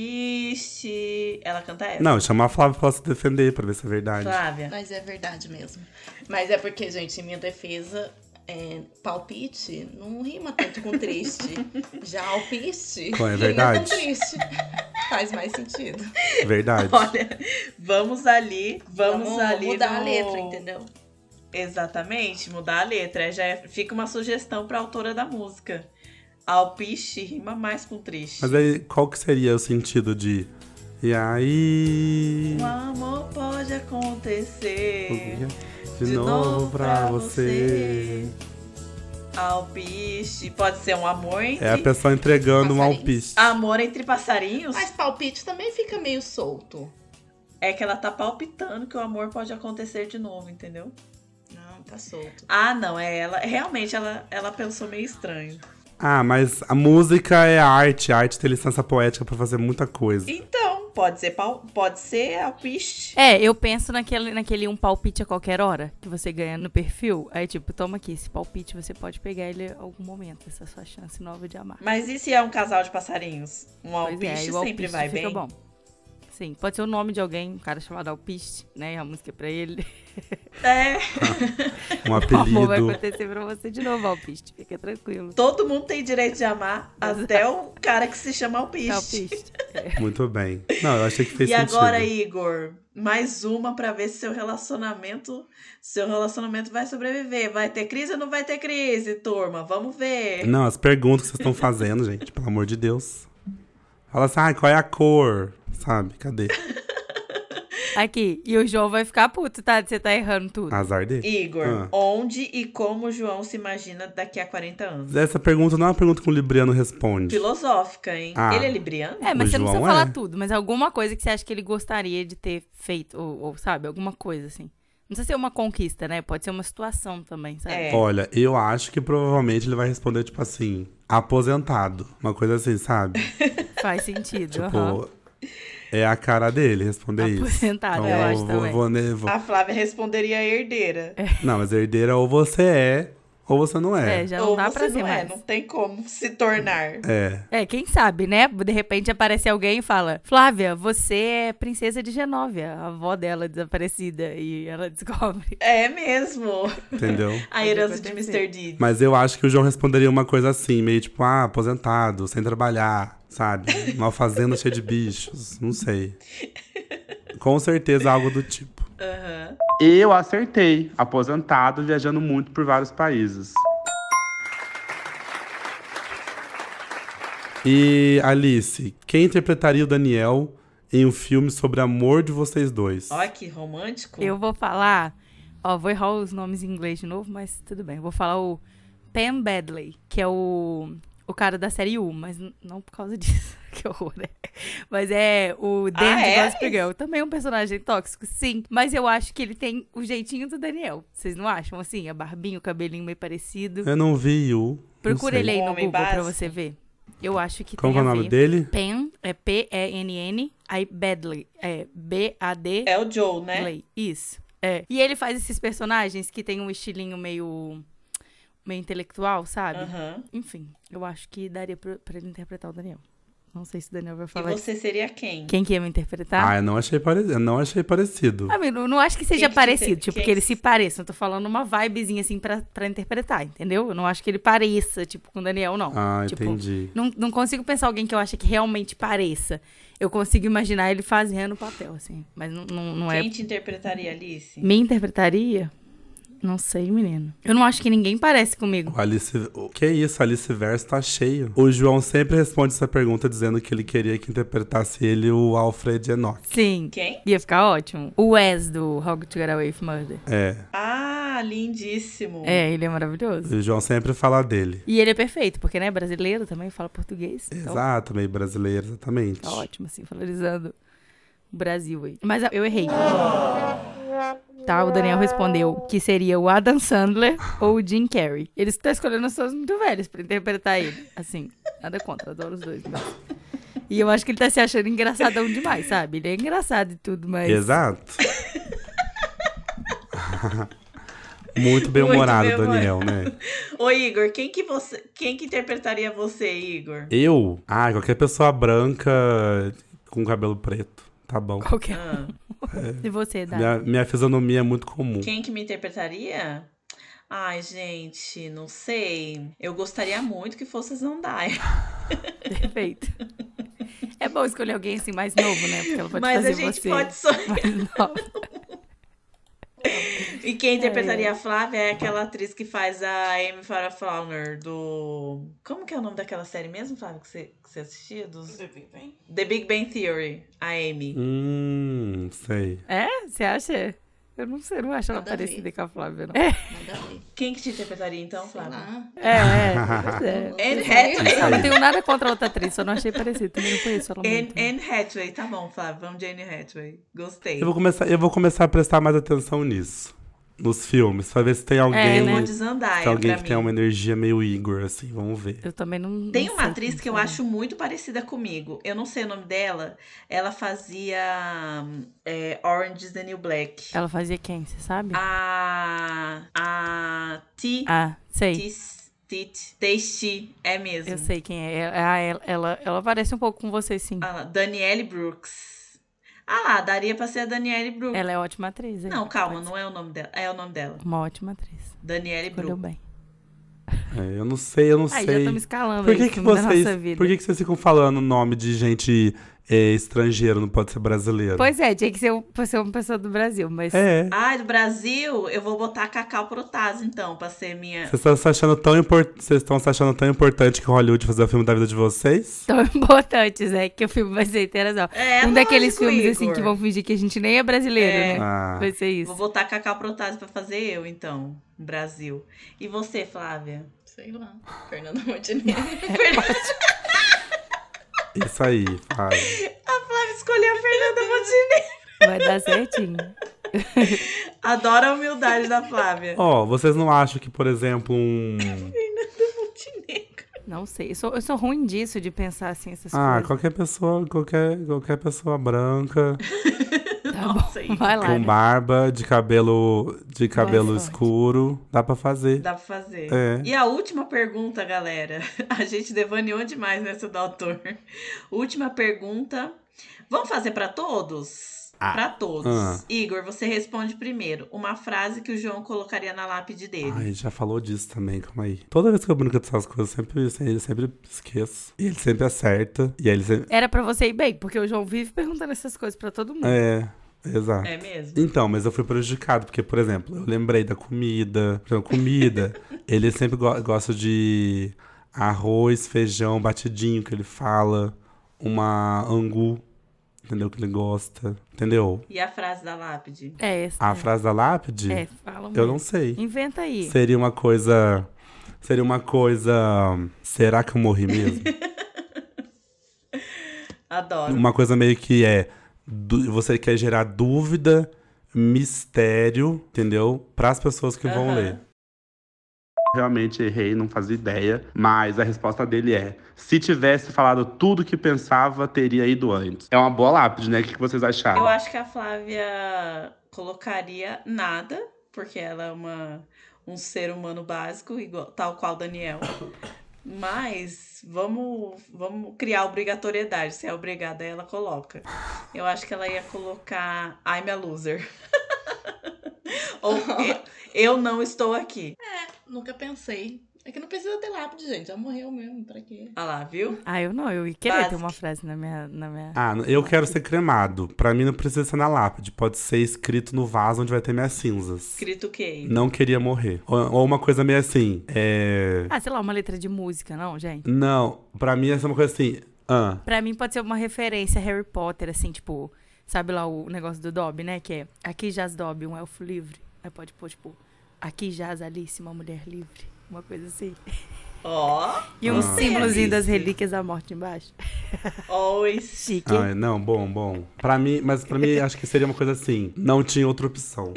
Speaker 1: Alpiste. Ela canta essa.
Speaker 3: Não, chama a Flávia pra ela se defender, pra ver se é verdade.
Speaker 1: Flávia.
Speaker 4: Mas é verdade mesmo. Mas é porque, gente, em minha defesa, é, palpite não rima tanto com triste. Já alpiste
Speaker 3: Qual é a
Speaker 4: rima com
Speaker 3: verdade?
Speaker 4: triste. Faz mais sentido.
Speaker 3: É Verdade.
Speaker 1: Olha, vamos ali, vamos, ali
Speaker 4: mudar a
Speaker 1: no-
Speaker 4: letra, entendeu?
Speaker 1: Exatamente, mudar a letra. Aí Já é- fica uma sugestão pra autora da música. Alpiste rima mais com triste.
Speaker 3: Mas é aí, qual que seria o sentido de. E aí.
Speaker 1: O Um amor pode acontecer.
Speaker 3: De, novo pra você.
Speaker 1: Alpiste pode ser um amor entre.
Speaker 3: É a pessoa entregando um
Speaker 4: Passarinho.
Speaker 3: alpiste.
Speaker 1: Amor entre passarinhos?
Speaker 4: Mas palpite também fica meio solto.
Speaker 1: É que ela tá palpitando que o amor pode acontecer de novo, entendeu?
Speaker 4: Não, tá solto.
Speaker 1: Ah, não, é ela. Realmente ela, ela pensou meio estranho.
Speaker 3: Ah, mas a música é arte. A arte tem licença poética pra fazer muita coisa.
Speaker 1: Então, pode ser, pau- pode ser alpiste.
Speaker 2: É, eu penso naquele, naquele um palpite a qualquer hora que você ganha no perfil. Aí, tipo, toma aqui, esse palpite você pode pegar ele em algum momento. Essa é a sua chance nova de amar.
Speaker 1: Mas e se é um casal de passarinhos? Um alpiste
Speaker 2: aí
Speaker 1: sempre
Speaker 2: é, o alpiste
Speaker 1: vai
Speaker 2: fica
Speaker 1: bem.
Speaker 2: bom. Sim, pode ser o nome de alguém, um cara chamado Alpiste, né? A música é pra ele.
Speaker 1: É,
Speaker 3: Um
Speaker 2: O amor vai
Speaker 3: apelido.
Speaker 2: acontecer pra você de novo, Alpiste. Fica tranquilo.
Speaker 1: todo mundo tem direito de amar, até o cara que se chama alpiste.
Speaker 2: Alpiste. É.
Speaker 3: Muito bem. Não, eu achei que fez
Speaker 1: E
Speaker 3: sentido.
Speaker 1: agora, Igor, mais uma pra ver se seu relacionamento, seu relacionamento vai sobreviver. Vai ter crise ou não vai ter crise, turma? Vamos ver.
Speaker 3: Não, as perguntas que vocês estão fazendo, gente, pelo amor de Deus. Fala assim, ah, qual é a cor? Sabe? Cadê?
Speaker 2: Aqui, e o João vai ficar puto, tá? Você tá errando tudo.
Speaker 3: Azar dele.
Speaker 1: Igor,
Speaker 3: Ah.
Speaker 1: onde e como o João se imagina daqui a 40 anos?
Speaker 3: Essa pergunta não é uma pergunta que o Libriano responde.
Speaker 1: Filosófica, hein?
Speaker 3: Ah.
Speaker 1: Ele é libriano?
Speaker 2: É, mas
Speaker 3: O
Speaker 2: você não
Speaker 3: João
Speaker 2: precisa falar
Speaker 3: é.
Speaker 2: tudo, mas alguma coisa que você acha que ele gostaria de ter feito, ou, ou, sabe, alguma coisa assim. Não precisa ser uma conquista, né? Pode ser uma situação também, sabe?
Speaker 1: É.
Speaker 3: Olha, eu acho que provavelmente ele vai responder, tipo assim, aposentado. Uma coisa assim, sabe?
Speaker 2: Faz sentido.
Speaker 3: tipo,
Speaker 2: aham.
Speaker 3: é a cara dele responder isso.
Speaker 2: Aposentado,
Speaker 3: Então,
Speaker 2: eu acho
Speaker 3: vou,
Speaker 2: também.
Speaker 3: vou ne- vou-
Speaker 1: A Flávia responderia herdeira.
Speaker 3: Não, mas herdeira ou você é, ou você não é.
Speaker 2: É, já não
Speaker 1: Ou
Speaker 2: dá
Speaker 1: você
Speaker 2: pra ser
Speaker 1: não é,
Speaker 2: mais.
Speaker 1: não tem como se tornar.
Speaker 3: É.
Speaker 2: É, quem sabe, né? De repente aparece alguém e fala: Flávia, você é princesa de Genóvia, a avó dela é desaparecida. E ela descobre.
Speaker 1: É mesmo.
Speaker 3: entendeu?
Speaker 1: A
Speaker 2: Pode
Speaker 1: herança de
Speaker 2: acontecer.
Speaker 1: Mr. Deed.
Speaker 3: Mas eu acho que o João responderia uma coisa assim, meio tipo, ah, aposentado, sem trabalhar, sabe? Uma fazenda cheia de bichos, não sei. Com certeza algo do tipo.
Speaker 1: Aham.
Speaker 3: Eu acertei, aposentado, viajando muito por vários países. E Alice, quem interpretaria o Daniel em um filme sobre amor de vocês dois?
Speaker 1: Olha que romântico.
Speaker 2: Eu vou falar. Ó, vou errar os nomes em inglês de novo, mas tudo bem. Vou falar o Pam Badley, que é o, o o cara da série U, mas n- não por causa disso. que horror, né? Mas é o Dan
Speaker 1: Ah,
Speaker 2: de
Speaker 1: é?
Speaker 2: Gossip Girl. Também um personagem tóxico, sim. Mas eu acho que ele tem o jeitinho do Daniel. Vocês não acham? Assim, a barbinha, o cabelinho meio parecido.
Speaker 3: Eu não vi o.
Speaker 2: Procura ele aí
Speaker 1: Um
Speaker 2: no
Speaker 1: homem
Speaker 2: Google pra
Speaker 1: básico.
Speaker 2: você ver. Eu acho que
Speaker 3: Como que
Speaker 2: tem
Speaker 3: é o
Speaker 2: a
Speaker 3: nome
Speaker 2: ver.
Speaker 3: dele?
Speaker 2: Pen, é P-E-N-N, aí Badley, é B-A-D,
Speaker 1: É o Joe, né?
Speaker 2: Lay. Isso. É. E ele faz esses personagens que tem um estilinho meio. meio intelectual, sabe?
Speaker 1: Aham.
Speaker 2: Enfim, eu acho que daria pra, pra ele interpretar o Daniel. Não sei se o Daniel vai
Speaker 1: E
Speaker 2: falar.
Speaker 1: você seria quem?
Speaker 2: Quem que ia me interpretar?
Speaker 3: Ah, eu não achei, parecido. eu não achei parecido.
Speaker 2: Amigo, não- não acho que seja
Speaker 1: que te
Speaker 2: parecido,
Speaker 1: inter-
Speaker 2: tipo,
Speaker 1: quem
Speaker 2: que eles
Speaker 1: que-
Speaker 2: se pareçam. Eu tô falando uma vibezinha assim pra, pra interpretar, entendeu? Eu não acho que ele pareça, tipo, com o Daniel, não.
Speaker 3: Ah,
Speaker 2: tipo,
Speaker 3: entendi.
Speaker 2: Não, não consigo pensar alguém que eu acho que realmente pareça. Eu consigo imaginar ele fazendo o papel, assim. Mas não, não, não é.
Speaker 1: Quem te interpretaria, Alice?
Speaker 2: Me interpretaria? Não sei, menino. Eu não acho que ninguém parece comigo.
Speaker 3: O Alice. o- Que é isso, Alice Verso tá cheio. O João sempre responde essa pergunta dizendo que ele queria que interpretasse ele o Alfred Enoch.
Speaker 2: Sim.
Speaker 1: Quem?
Speaker 2: Ia ficar ótimo. O Wes do How to Get Away with Murder.
Speaker 3: É,
Speaker 1: Ah, lindíssimo.
Speaker 2: É, ele é maravilhoso.
Speaker 3: o João sempre fala dele.
Speaker 2: E ele é perfeito, porque, né, brasileiro também, fala português. Então,
Speaker 3: Exato, meio brasileiro, exatamente.
Speaker 2: tá ótimo, assim, valorizando o Brasil aí. Mas ah, eu errei. Tá, o Daniel respondeu que seria o Adam Sandler ou o Jim Carrey. Ele está escolhendo as pessoas muito velhas pra interpretar ele. Assim, nada contra, adoro os dois. mas- E eu acho que ele tá se achando engraçadão demais, sabe? Ele é engraçado e tudo, mas.
Speaker 3: Exato. Muito bem-humorado,
Speaker 1: Muito
Speaker 3: Daniel,
Speaker 1: bem-humorado.
Speaker 3: né?
Speaker 1: Ô, Igor, quem que você. Quem que interpretaria você, Igor?
Speaker 3: Eu? Ah, qualquer pessoa branca com cabelo preto. Tá bom.
Speaker 2: Qualquer.
Speaker 1: Ah,
Speaker 2: E você, Dá.
Speaker 3: Minha, minha fisionomia é muito comum.
Speaker 1: quem que me interpretaria? Ai, gente, não sei. Eu gostaria muito que fosse Zandai.
Speaker 2: Perfeito. É bom escolher alguém assim mais novo, né? Porque ela pode
Speaker 1: Mas
Speaker 2: fazer
Speaker 1: a gente
Speaker 2: você.
Speaker 1: pode sonhar.
Speaker 2: mais nova.
Speaker 1: E quem interpretaria a Flávia é aquela atriz que faz a Amy Farrah Fowler do... Como que é o nome daquela série mesmo, Flávia, que você, que você assistia? Dos... The Big Bang Theory, a Amy.
Speaker 3: Hum, sei.
Speaker 2: É? Você acha? Eu não sei, eu não acho ela
Speaker 4: Nada a ver.
Speaker 2: parecida com a Flávia, não. É,
Speaker 4: Nada a ver.
Speaker 1: Quem que te interpretaria então,
Speaker 4: Sei
Speaker 1: Flávia?
Speaker 4: lá.
Speaker 2: é. é.
Speaker 1: Anne
Speaker 2: Eu
Speaker 1: Hathaway.
Speaker 2: não tenho nada contra a outra atriz, só não achei parecida. Também não conheço ela
Speaker 1: Anne,
Speaker 2: muito.
Speaker 1: Anne Hathaway, tá bom, Flávia, vamos de Anne Hathaway. Gostei.
Speaker 3: Eu vou, começar, eu vou começar a prestar mais atenção nisso. Nos filmes, pra ver se tem alguém.
Speaker 2: É,
Speaker 1: Eu vou
Speaker 2: né?
Speaker 1: de Zendaya
Speaker 3: se alguém
Speaker 1: pra
Speaker 3: que
Speaker 1: mim.
Speaker 3: tem uma energia meio Igor, assim, vamos ver.
Speaker 2: Eu também não.
Speaker 1: Tem
Speaker 2: não
Speaker 1: uma
Speaker 2: sei
Speaker 1: atriz
Speaker 2: quem
Speaker 1: que eu
Speaker 2: seria.
Speaker 1: acho muito parecida comigo. Eu não sei o nome dela. Ela fazia é, Orange is the New Black.
Speaker 2: Ela fazia quem, você sabe?
Speaker 1: Ah, A. A. T.
Speaker 2: Ah, sei.
Speaker 1: Tis- Tit. Teishi. É mesmo.
Speaker 2: Eu sei quem é. É- Ah, ela, ela, ela parece um pouco com você, sim.
Speaker 1: Ah lá, Danielle Brooks. Ah lá, daria pra ser a Danielle Brooks.
Speaker 2: Ela é ótima atriz. hein?
Speaker 1: Não, calma, não é o nome dela. É o nome dela.
Speaker 2: Uma ótima atriz.
Speaker 1: Danielle
Speaker 2: Escolheu
Speaker 1: Brooks.
Speaker 2: bem.
Speaker 3: É, eu não sei, eu não
Speaker 2: Aí já
Speaker 3: sei.
Speaker 2: estamos escalando
Speaker 3: Por que,
Speaker 2: aí o
Speaker 3: que
Speaker 2: filme da nossa
Speaker 3: vocês,
Speaker 2: vida.
Speaker 3: por que, que vocês ficam falando nome de gente é, estrangeira, não pode ser brasileiro?
Speaker 2: Pois é, tinha que ser, um- pra ser uma pessoa do Brasil, mas.
Speaker 3: É.
Speaker 1: Ai, do Brasil, eu vou botar a Cacau Protaz, então, pra ser minha.
Speaker 3: Vocês estão se achando tão import- vocês estão se achando tão importante que Hollywood fazer o filme da vida de vocês?
Speaker 2: Tão importantes, é que o filme vai ser interessante.
Speaker 1: É,
Speaker 2: um daqueles
Speaker 1: lógico,
Speaker 2: filmes assim
Speaker 1: Igor.
Speaker 2: que vão fingir que a gente nem é brasileiro,
Speaker 1: É.
Speaker 2: né?
Speaker 3: Ah,
Speaker 2: Vai ser isso.
Speaker 1: Vou botar Cacau Protase pra fazer eu, então, no Brasil. E você, Flávia?
Speaker 4: Sei lá. Fernanda Montenegro.
Speaker 3: isso aí, fala.
Speaker 1: A Flávia escolheu a Fernanda Montenegro.
Speaker 2: Vai dar certinho.
Speaker 1: Adoro a humildade da Flávia.
Speaker 2: Tá
Speaker 3: Ó, vocês não acham que, por exemplo, um.
Speaker 1: Montenegro.
Speaker 2: Não sei. Eu sou, eu sou ruim disso de pensar assim essas
Speaker 3: Ah,
Speaker 2: coisas.
Speaker 3: qualquer pessoa, qualquer, qualquer pessoa branca,
Speaker 2: Tá
Speaker 1: Nossa,
Speaker 2: bom.
Speaker 1: Igor.
Speaker 2: Vai lá.
Speaker 3: com
Speaker 2: né?
Speaker 3: barba, de cabelo. De cabelo
Speaker 2: sorte.
Speaker 3: escuro, dá pra fazer.
Speaker 1: Dá pra fazer.
Speaker 3: É.
Speaker 1: E a última pergunta, galera. A gente devaneou demais nessa do autor. Última pergunta. Vamos fazer pra todos?
Speaker 3: Ah.
Speaker 1: Pra todos.
Speaker 3: Ah.
Speaker 1: Igor, você responde primeiro uma frase que o João colocaria na lápide dele.
Speaker 3: Ai, já falou disso também, calma aí. Toda vez que eu brinco dessas coisas, eu sempre, ele sempre esqueço. E ele sempre acerta. E aí ele sempre.
Speaker 2: Era pra você ir bem, porque o João vive perguntando essas coisas pra todo mundo.
Speaker 3: É, exato.
Speaker 1: É mesmo?
Speaker 3: Então, mas eu fui prejudicado, porque, por exemplo, eu lembrei da comida. Por exemplo, comida, ele sempre go- gosta de arroz, feijão, batidinho que ele fala, uma angu, entendeu? Que ele gosta, entendeu?
Speaker 1: E a frase da lápide?
Speaker 2: É, essa.
Speaker 3: A
Speaker 2: é.
Speaker 3: frase da lápide,
Speaker 2: É, fala
Speaker 3: Ah, eu
Speaker 2: mesmo.
Speaker 3: não sei.
Speaker 2: Inventa aí.
Speaker 3: Seria uma coisa Seria uma coisa. Será que eu morri mesmo?
Speaker 1: Adoro.
Speaker 3: uma coisa meio que é. du- Você quer gerar dúvida, mistério, entendeu? Pras pessoas que vão
Speaker 1: Aham.
Speaker 3: ler. Realmente errei, não fazia ideia, mas a resposta dele é: se tivesse falado tudo que pensava, teria ido antes. É uma boa lápide, né? O que que vocês acharam?
Speaker 1: Eu acho que a Flávia colocaria nada, porque ela é uma, um ser humano básico, igual, tal qual Daniel. Mas vamos, vamos criar obrigatoriedade. Se é obrigada, ela coloca. Eu acho que ela ia colocar I'm a loser. Ou eu, eu não estou aqui.
Speaker 4: Nunca pensei. É que não precisa ter lápide, gente. Já morreu mesmo. Pra quê?
Speaker 1: Olha lá, viu?
Speaker 2: Ah, eu não, eu ia querer ter
Speaker 1: Básico.
Speaker 2: uma frase na minha. Na minha...
Speaker 3: Ah, eu quero ser cremado. Pra mim não precisa ser na lápide, pode ser escrito no vaso onde vai ter minhas cinzas.
Speaker 1: Escrito o quê?
Speaker 3: Não queria morrer. Ou, ou uma coisa meio assim, é.
Speaker 2: Ah, sei lá, uma letra de música, não, gente?
Speaker 3: Não, pra mim essa é uma coisa assim. Ah,
Speaker 2: Pra mim pode ser uma referência a Harry Potter, assim, tipo, sabe lá o negócio do Dobby, né? Que é aqui jaz Dobby, um elfo livre. Aí pode pôr, tipo, aqui jaz Alice, uma mulher livre. Uma coisa assim.
Speaker 1: Ó,
Speaker 2: E um
Speaker 3: Ah.
Speaker 2: símbolozinho das
Speaker 1: Alice.
Speaker 2: relíquias da morte embaixo.
Speaker 1: always.
Speaker 2: Chique.
Speaker 3: ah, não, bom, bom. Pra mim, mas pra mim acho que seria uma coisa assim. Não tinha outra opção.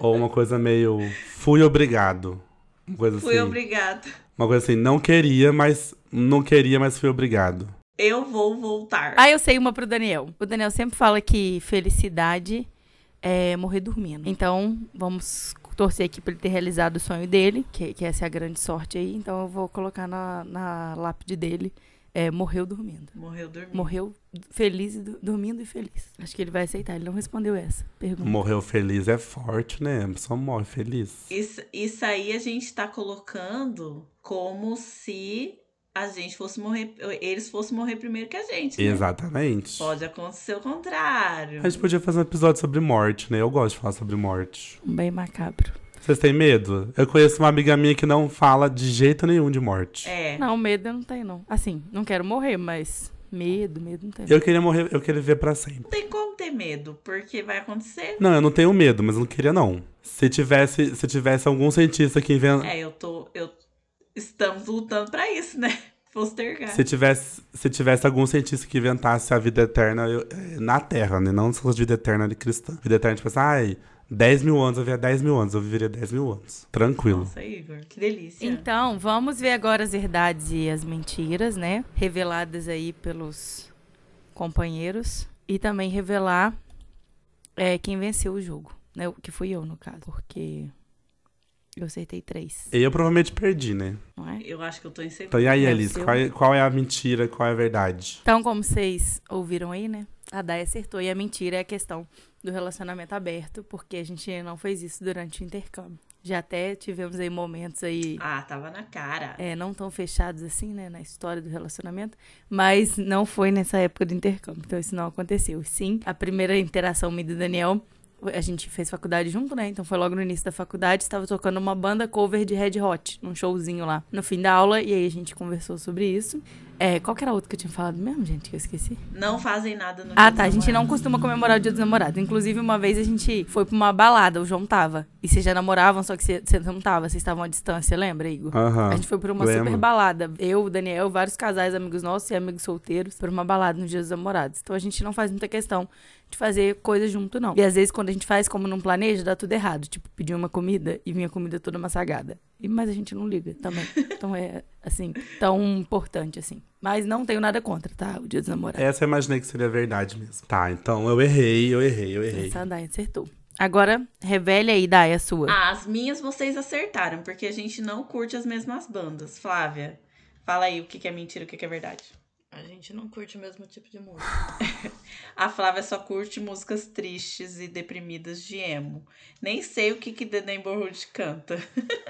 Speaker 3: ou uma coisa meio. Fui obrigado. Uma coisa
Speaker 1: Fui
Speaker 3: assim.
Speaker 1: obrigada.
Speaker 3: Uma coisa assim, não queria, mas. Não queria, mas fui obrigado.
Speaker 1: Eu vou voltar.
Speaker 2: Ah, eu sei uma pro Daniel. O Daniel sempre fala que felicidade é morrer dormindo. Então, vamos torcer aqui pra ele ter realizado o sonho dele, que, que essa é a grande sorte aí. Então, eu vou colocar na, na lápide dele, é, morreu dormindo.
Speaker 1: Morreu dormindo.
Speaker 2: Morreu feliz, e do- dormindo e feliz. Acho que ele vai aceitar, ele não respondeu essa pergunta.
Speaker 3: Morreu feliz é forte, né? Só morre feliz.
Speaker 1: Isso, isso aí a gente tá colocando como se a gente fosse morrer, eles fossem morrer primeiro que a gente. né?
Speaker 3: Exatamente.
Speaker 1: Pode acontecer o contrário.
Speaker 3: A gente podia fazer um episódio sobre morte, né? Eu gosto de falar sobre morte.
Speaker 2: Bem macabro.
Speaker 3: Vocês têm medo? Eu conheço uma amiga minha que não fala de jeito nenhum de morte.
Speaker 1: É.
Speaker 2: Não, medo eu não tenho, não. Assim, não quero morrer, mas medo, medo não tenho.
Speaker 3: Eu queria morrer, eu queria viver pra sempre.
Speaker 1: Não tem como ter medo, porque vai acontecer.
Speaker 3: Não, eu não tenho medo, mas eu não queria não. Se tivesse, se tivesse algum cientista que inventa,
Speaker 1: É, eu tô. Eu, estamos lutando pra isso, né? Postergar.
Speaker 3: se tivesse, se tivesse algum cientista que inventasse a vida eterna eu- eh, na Terra, né? Não só de vida eterna de cristã. Vida eterna tipo assim, ai, 10 mil anos, eu vivia 10 mil anos, eu viveria 10 mil anos. Tranquilo.
Speaker 1: Nossa, Igor, que delícia.
Speaker 2: Então, vamos ver agora as verdades e as mentiras, né? Reveladas aí pelos companheiros. E também revelar é, quem venceu o jogo, né? O Que fui eu, no caso. Porque eu acertei três,
Speaker 3: E eu provavelmente perdi, né?
Speaker 2: não é?
Speaker 1: Eu acho que eu tô em segundo.
Speaker 3: Então e aí,
Speaker 2: Deve
Speaker 3: Alice,
Speaker 2: ser um-
Speaker 3: qual é, qual é a mentira, qual é a verdade?
Speaker 2: Então, como vocês ouviram aí, né? A Dai acertou. E a mentira é a questão do relacionamento aberto, porque a gente não fez isso durante o intercâmbio. Já até tivemos aí momentos aí.
Speaker 1: Ah, tava na cara.
Speaker 2: é, não tão fechados assim, né, na história do relacionamento, mas não foi nessa época do intercâmbio, então isso não aconteceu. Sim, a primeira interação minha e do Daniel, a gente fez faculdade junto, né, então foi logo no início da faculdade, estava tocando uma banda cover de Red Hot, num showzinho lá, no fim da aula, e aí a gente conversou sobre isso. É, qual que era a outra que eu tinha falado mesmo, gente, que eu esqueci?
Speaker 1: Não fazem nada no
Speaker 2: Ah,
Speaker 1: dia
Speaker 2: tá. A
Speaker 1: dos
Speaker 2: gente não
Speaker 1: namorados.
Speaker 2: costuma comemorar o dia dos namorados. Inclusive, uma vez a gente foi pra uma balada, o João tava. E vocês já namoravam, só que você você não tava, vocês estavam à distância, lembra, Igor?
Speaker 3: Aham.
Speaker 2: A gente foi pra uma
Speaker 3: lembro.
Speaker 2: super balada. Eu, o Daniel, vários casais, amigos nossos e amigos solteiros, pra uma balada nos dias dos namorados. Então a gente não faz muita questão de fazer coisa junto, não. E às vezes, quando a gente faz, como não planeja, dá tudo errado. Tipo, pedir uma comida e vinha a comida toda massagada. E, mas a gente não liga também. Então é, assim, tão importante, assim. Mas não tenho nada contra, tá? O dia dos namorados.
Speaker 3: Essa eu imaginei que seria verdade mesmo. Tá, então eu errei, eu errei, eu errei.
Speaker 2: Essa a Dai acertou. Agora, revele aí, Dai, a sua.
Speaker 1: Ah, as minhas vocês acertaram, porque a gente não curte as mesmas bandas. Flávia, fala aí o que que é mentira e o que que é verdade.
Speaker 4: A gente não curte o mesmo tipo de música.
Speaker 1: A Flávia só curte músicas tristes e deprimidas de emo. Nem sei o que que The Neighborhood canta.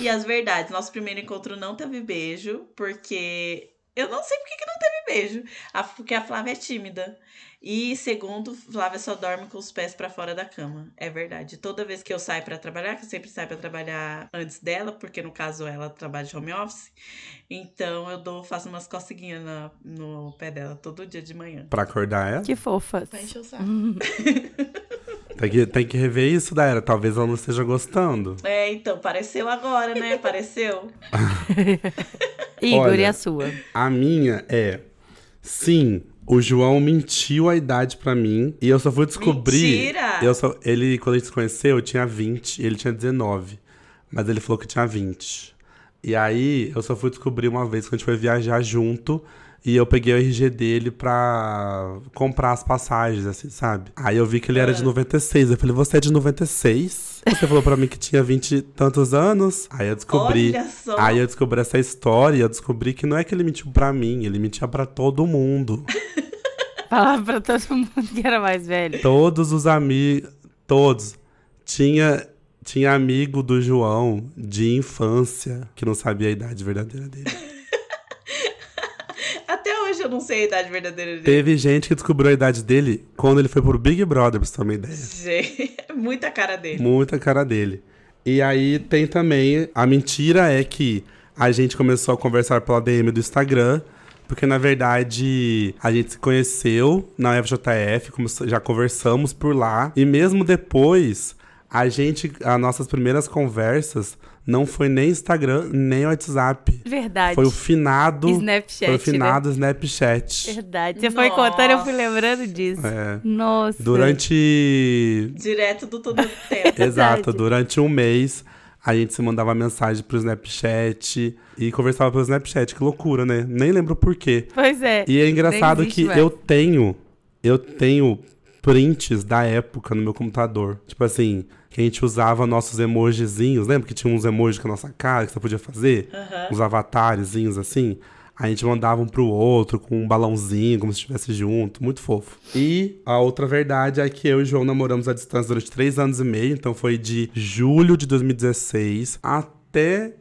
Speaker 1: e as verdades, nosso primeiro encontro não teve beijo, porque eu não sei por que que não teve beijo, A- porque a Flávia é tímida. E segundo, Flávia só dorme com os pés pra fora da cama. É verdade. Toda vez que eu saio pra trabalhar, que eu sempre saio pra trabalhar antes dela, porque no caso ela trabalha de home office, então eu dou, faço umas coceguinhas na- no pé dela todo dia de manhã.
Speaker 3: Ah.
Speaker 4: Tá
Speaker 3: Pra acordar ela?
Speaker 2: Que fofa.
Speaker 4: Pra encher o saco.
Speaker 3: Tem que, tem que rever isso, Daera. Talvez ela não esteja gostando.
Speaker 1: É, então, apareceu agora, né? Apareceu.
Speaker 2: Igor, e
Speaker 3: Olha.
Speaker 2: a sua?
Speaker 3: A minha é. Sim, o João mentiu a idade pra mim. E eu só fui descobrir.
Speaker 1: Mentira!
Speaker 3: Eu só, ele, quando a gente se conheceu, eu tinha 20 e ele tinha 19. Mas ele falou que tinha 20. E aí, eu só fui descobrir uma vez que a gente foi viajar junto. E eu peguei o RG dele pra comprar as passagens, assim, sabe? Aí eu vi que ele era
Speaker 1: Ah.
Speaker 3: de 96. Eu falei, você é de 96? Você falou pra mim que tinha 20 e tantos anos? Aí eu descobri.
Speaker 1: Olha só.
Speaker 3: Aí eu descobri essa história e eu descobri que não é que ele mentiu pra mim, ele mentia pra todo mundo.
Speaker 2: Falar pra todo mundo que era mais velho.
Speaker 3: Todos os amigos. Todos. Tinha, tinha amigo do João de infância que não sabia a idade verdadeira dele.
Speaker 1: Até hoje eu não sei a idade verdadeira dele.
Speaker 3: Teve gente que descobriu a idade dele quando ele foi pro Big Brother, pra você ter uma ideia.
Speaker 1: Gente, é muita cara dele.
Speaker 3: Muita cara dele. E aí tem também. A mentira é que a gente começou a conversar pela DM do Instagram. Porque, na verdade, a gente se conheceu na FJF, começou- já conversamos por lá. E mesmo depois, a gente. As nossas primeiras conversas não foi nem Instagram, nem WhatsApp.
Speaker 2: Verdade.
Speaker 3: Foi o finado.
Speaker 2: Snapchat, né?
Speaker 3: foi o finado Snapchat.
Speaker 2: Verdade. Você foi contando, eu fui lembrando disso.
Speaker 3: É.
Speaker 2: Nossa.
Speaker 3: Durante
Speaker 1: Direto do todo tempo.
Speaker 3: Exato,
Speaker 2: Verdade.
Speaker 3: durante um mês a gente se mandava mensagem pro Snapchat e conversava pelo Snapchat, que loucura, né? Nem lembro por quê.
Speaker 2: Pois é.
Speaker 3: E é engraçado
Speaker 2: existe
Speaker 3: que
Speaker 2: mais.
Speaker 3: eu tenho, eu tenho prints da época no meu computador. Tipo assim, que a gente usava nossos emojizinhos, lembra que tinha uns emojis com a nossa cara que você podia fazer? Uns avatarezinhos assim. A gente mandava um pro outro com um balãozinho, como se estivesse junto, muito fofo. E a outra verdade é que eu e o João namoramos à distância durante três anos e meio, então foi de julho de 2016 até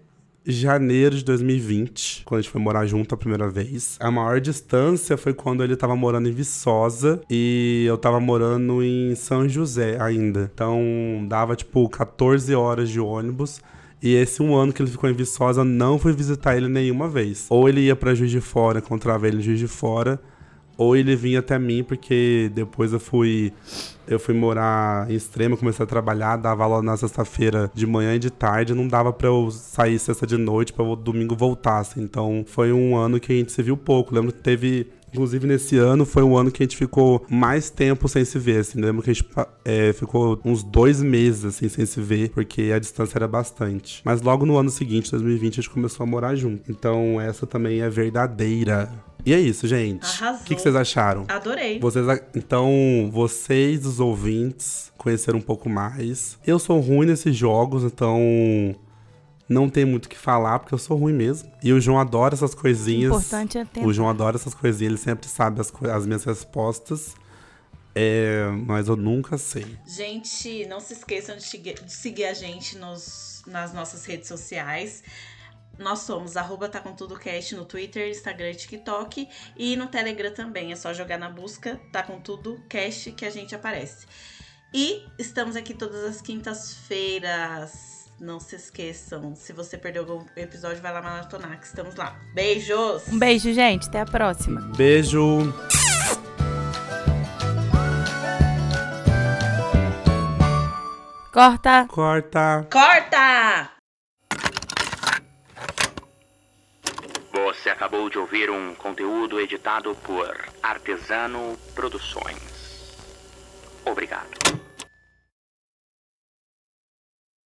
Speaker 3: janeiro de 2020, quando a gente foi morar junto a primeira vez. A maior distância foi quando ele tava morando em Viçosa e eu tava morando em São José ainda. Então dava tipo 14 horas de ônibus. E esse um ano que ele ficou em Viçosa, não fui visitar ele nenhuma vez. Ou ele ia pra Juiz de Fora, encontrava ele em Juiz de Fora, ou ele vinha até mim, porque depois eu fui eu fui morar em extremo, comecei a trabalhar, dava aula na sexta-feira de manhã e de tarde, não dava pra eu sair sexta de noite pra eu domingo voltar, assim. Então foi um ano que a gente se viu pouco. Lembro que teve. Inclusive, nesse ano foi um ano que a gente ficou mais tempo sem se ver, assim. Lembro que a gente pa- é, ficou uns dois meses, assim, sem se ver, porque a distância era bastante. Mas logo no ano seguinte, 2020, a gente começou a morar junto. Então, essa também é verdadeira. E é isso, gente. O
Speaker 1: Arrasou.
Speaker 3: que que vocês acharam?
Speaker 1: Adorei.
Speaker 3: Vocês, a- então, vocês, os ouvintes, conheceram um pouco mais. Eu sou ruim nesses jogos, então não tem muito o que falar, porque eu sou ruim mesmo. E o João adora essas coisinhas.
Speaker 2: Importante é tentar.
Speaker 3: O João adora essas coisinhas, ele sempre sabe as, co- as minhas respostas. É, mas eu nunca sei.
Speaker 1: Gente, não se esqueçam de segui- de seguir a gente nos- nas nossas redes sociais. Nós somos arroba tá com tudo cast no Twitter, Instagram, e TikTok e no Telegram também. É só jogar na busca tá com tudo cast que a gente aparece. E estamos aqui todas as quintas-feiras. Não se esqueçam. Se você perdeu algum episódio, vai lá maratonar que estamos lá. Beijos.
Speaker 2: Um beijo, gente. Até a próxima.
Speaker 3: Beijo!
Speaker 2: Corta.
Speaker 3: Corta!
Speaker 1: Corta!
Speaker 5: Você acabou de ouvir um conteúdo editado por Artesano Produções. Obrigado.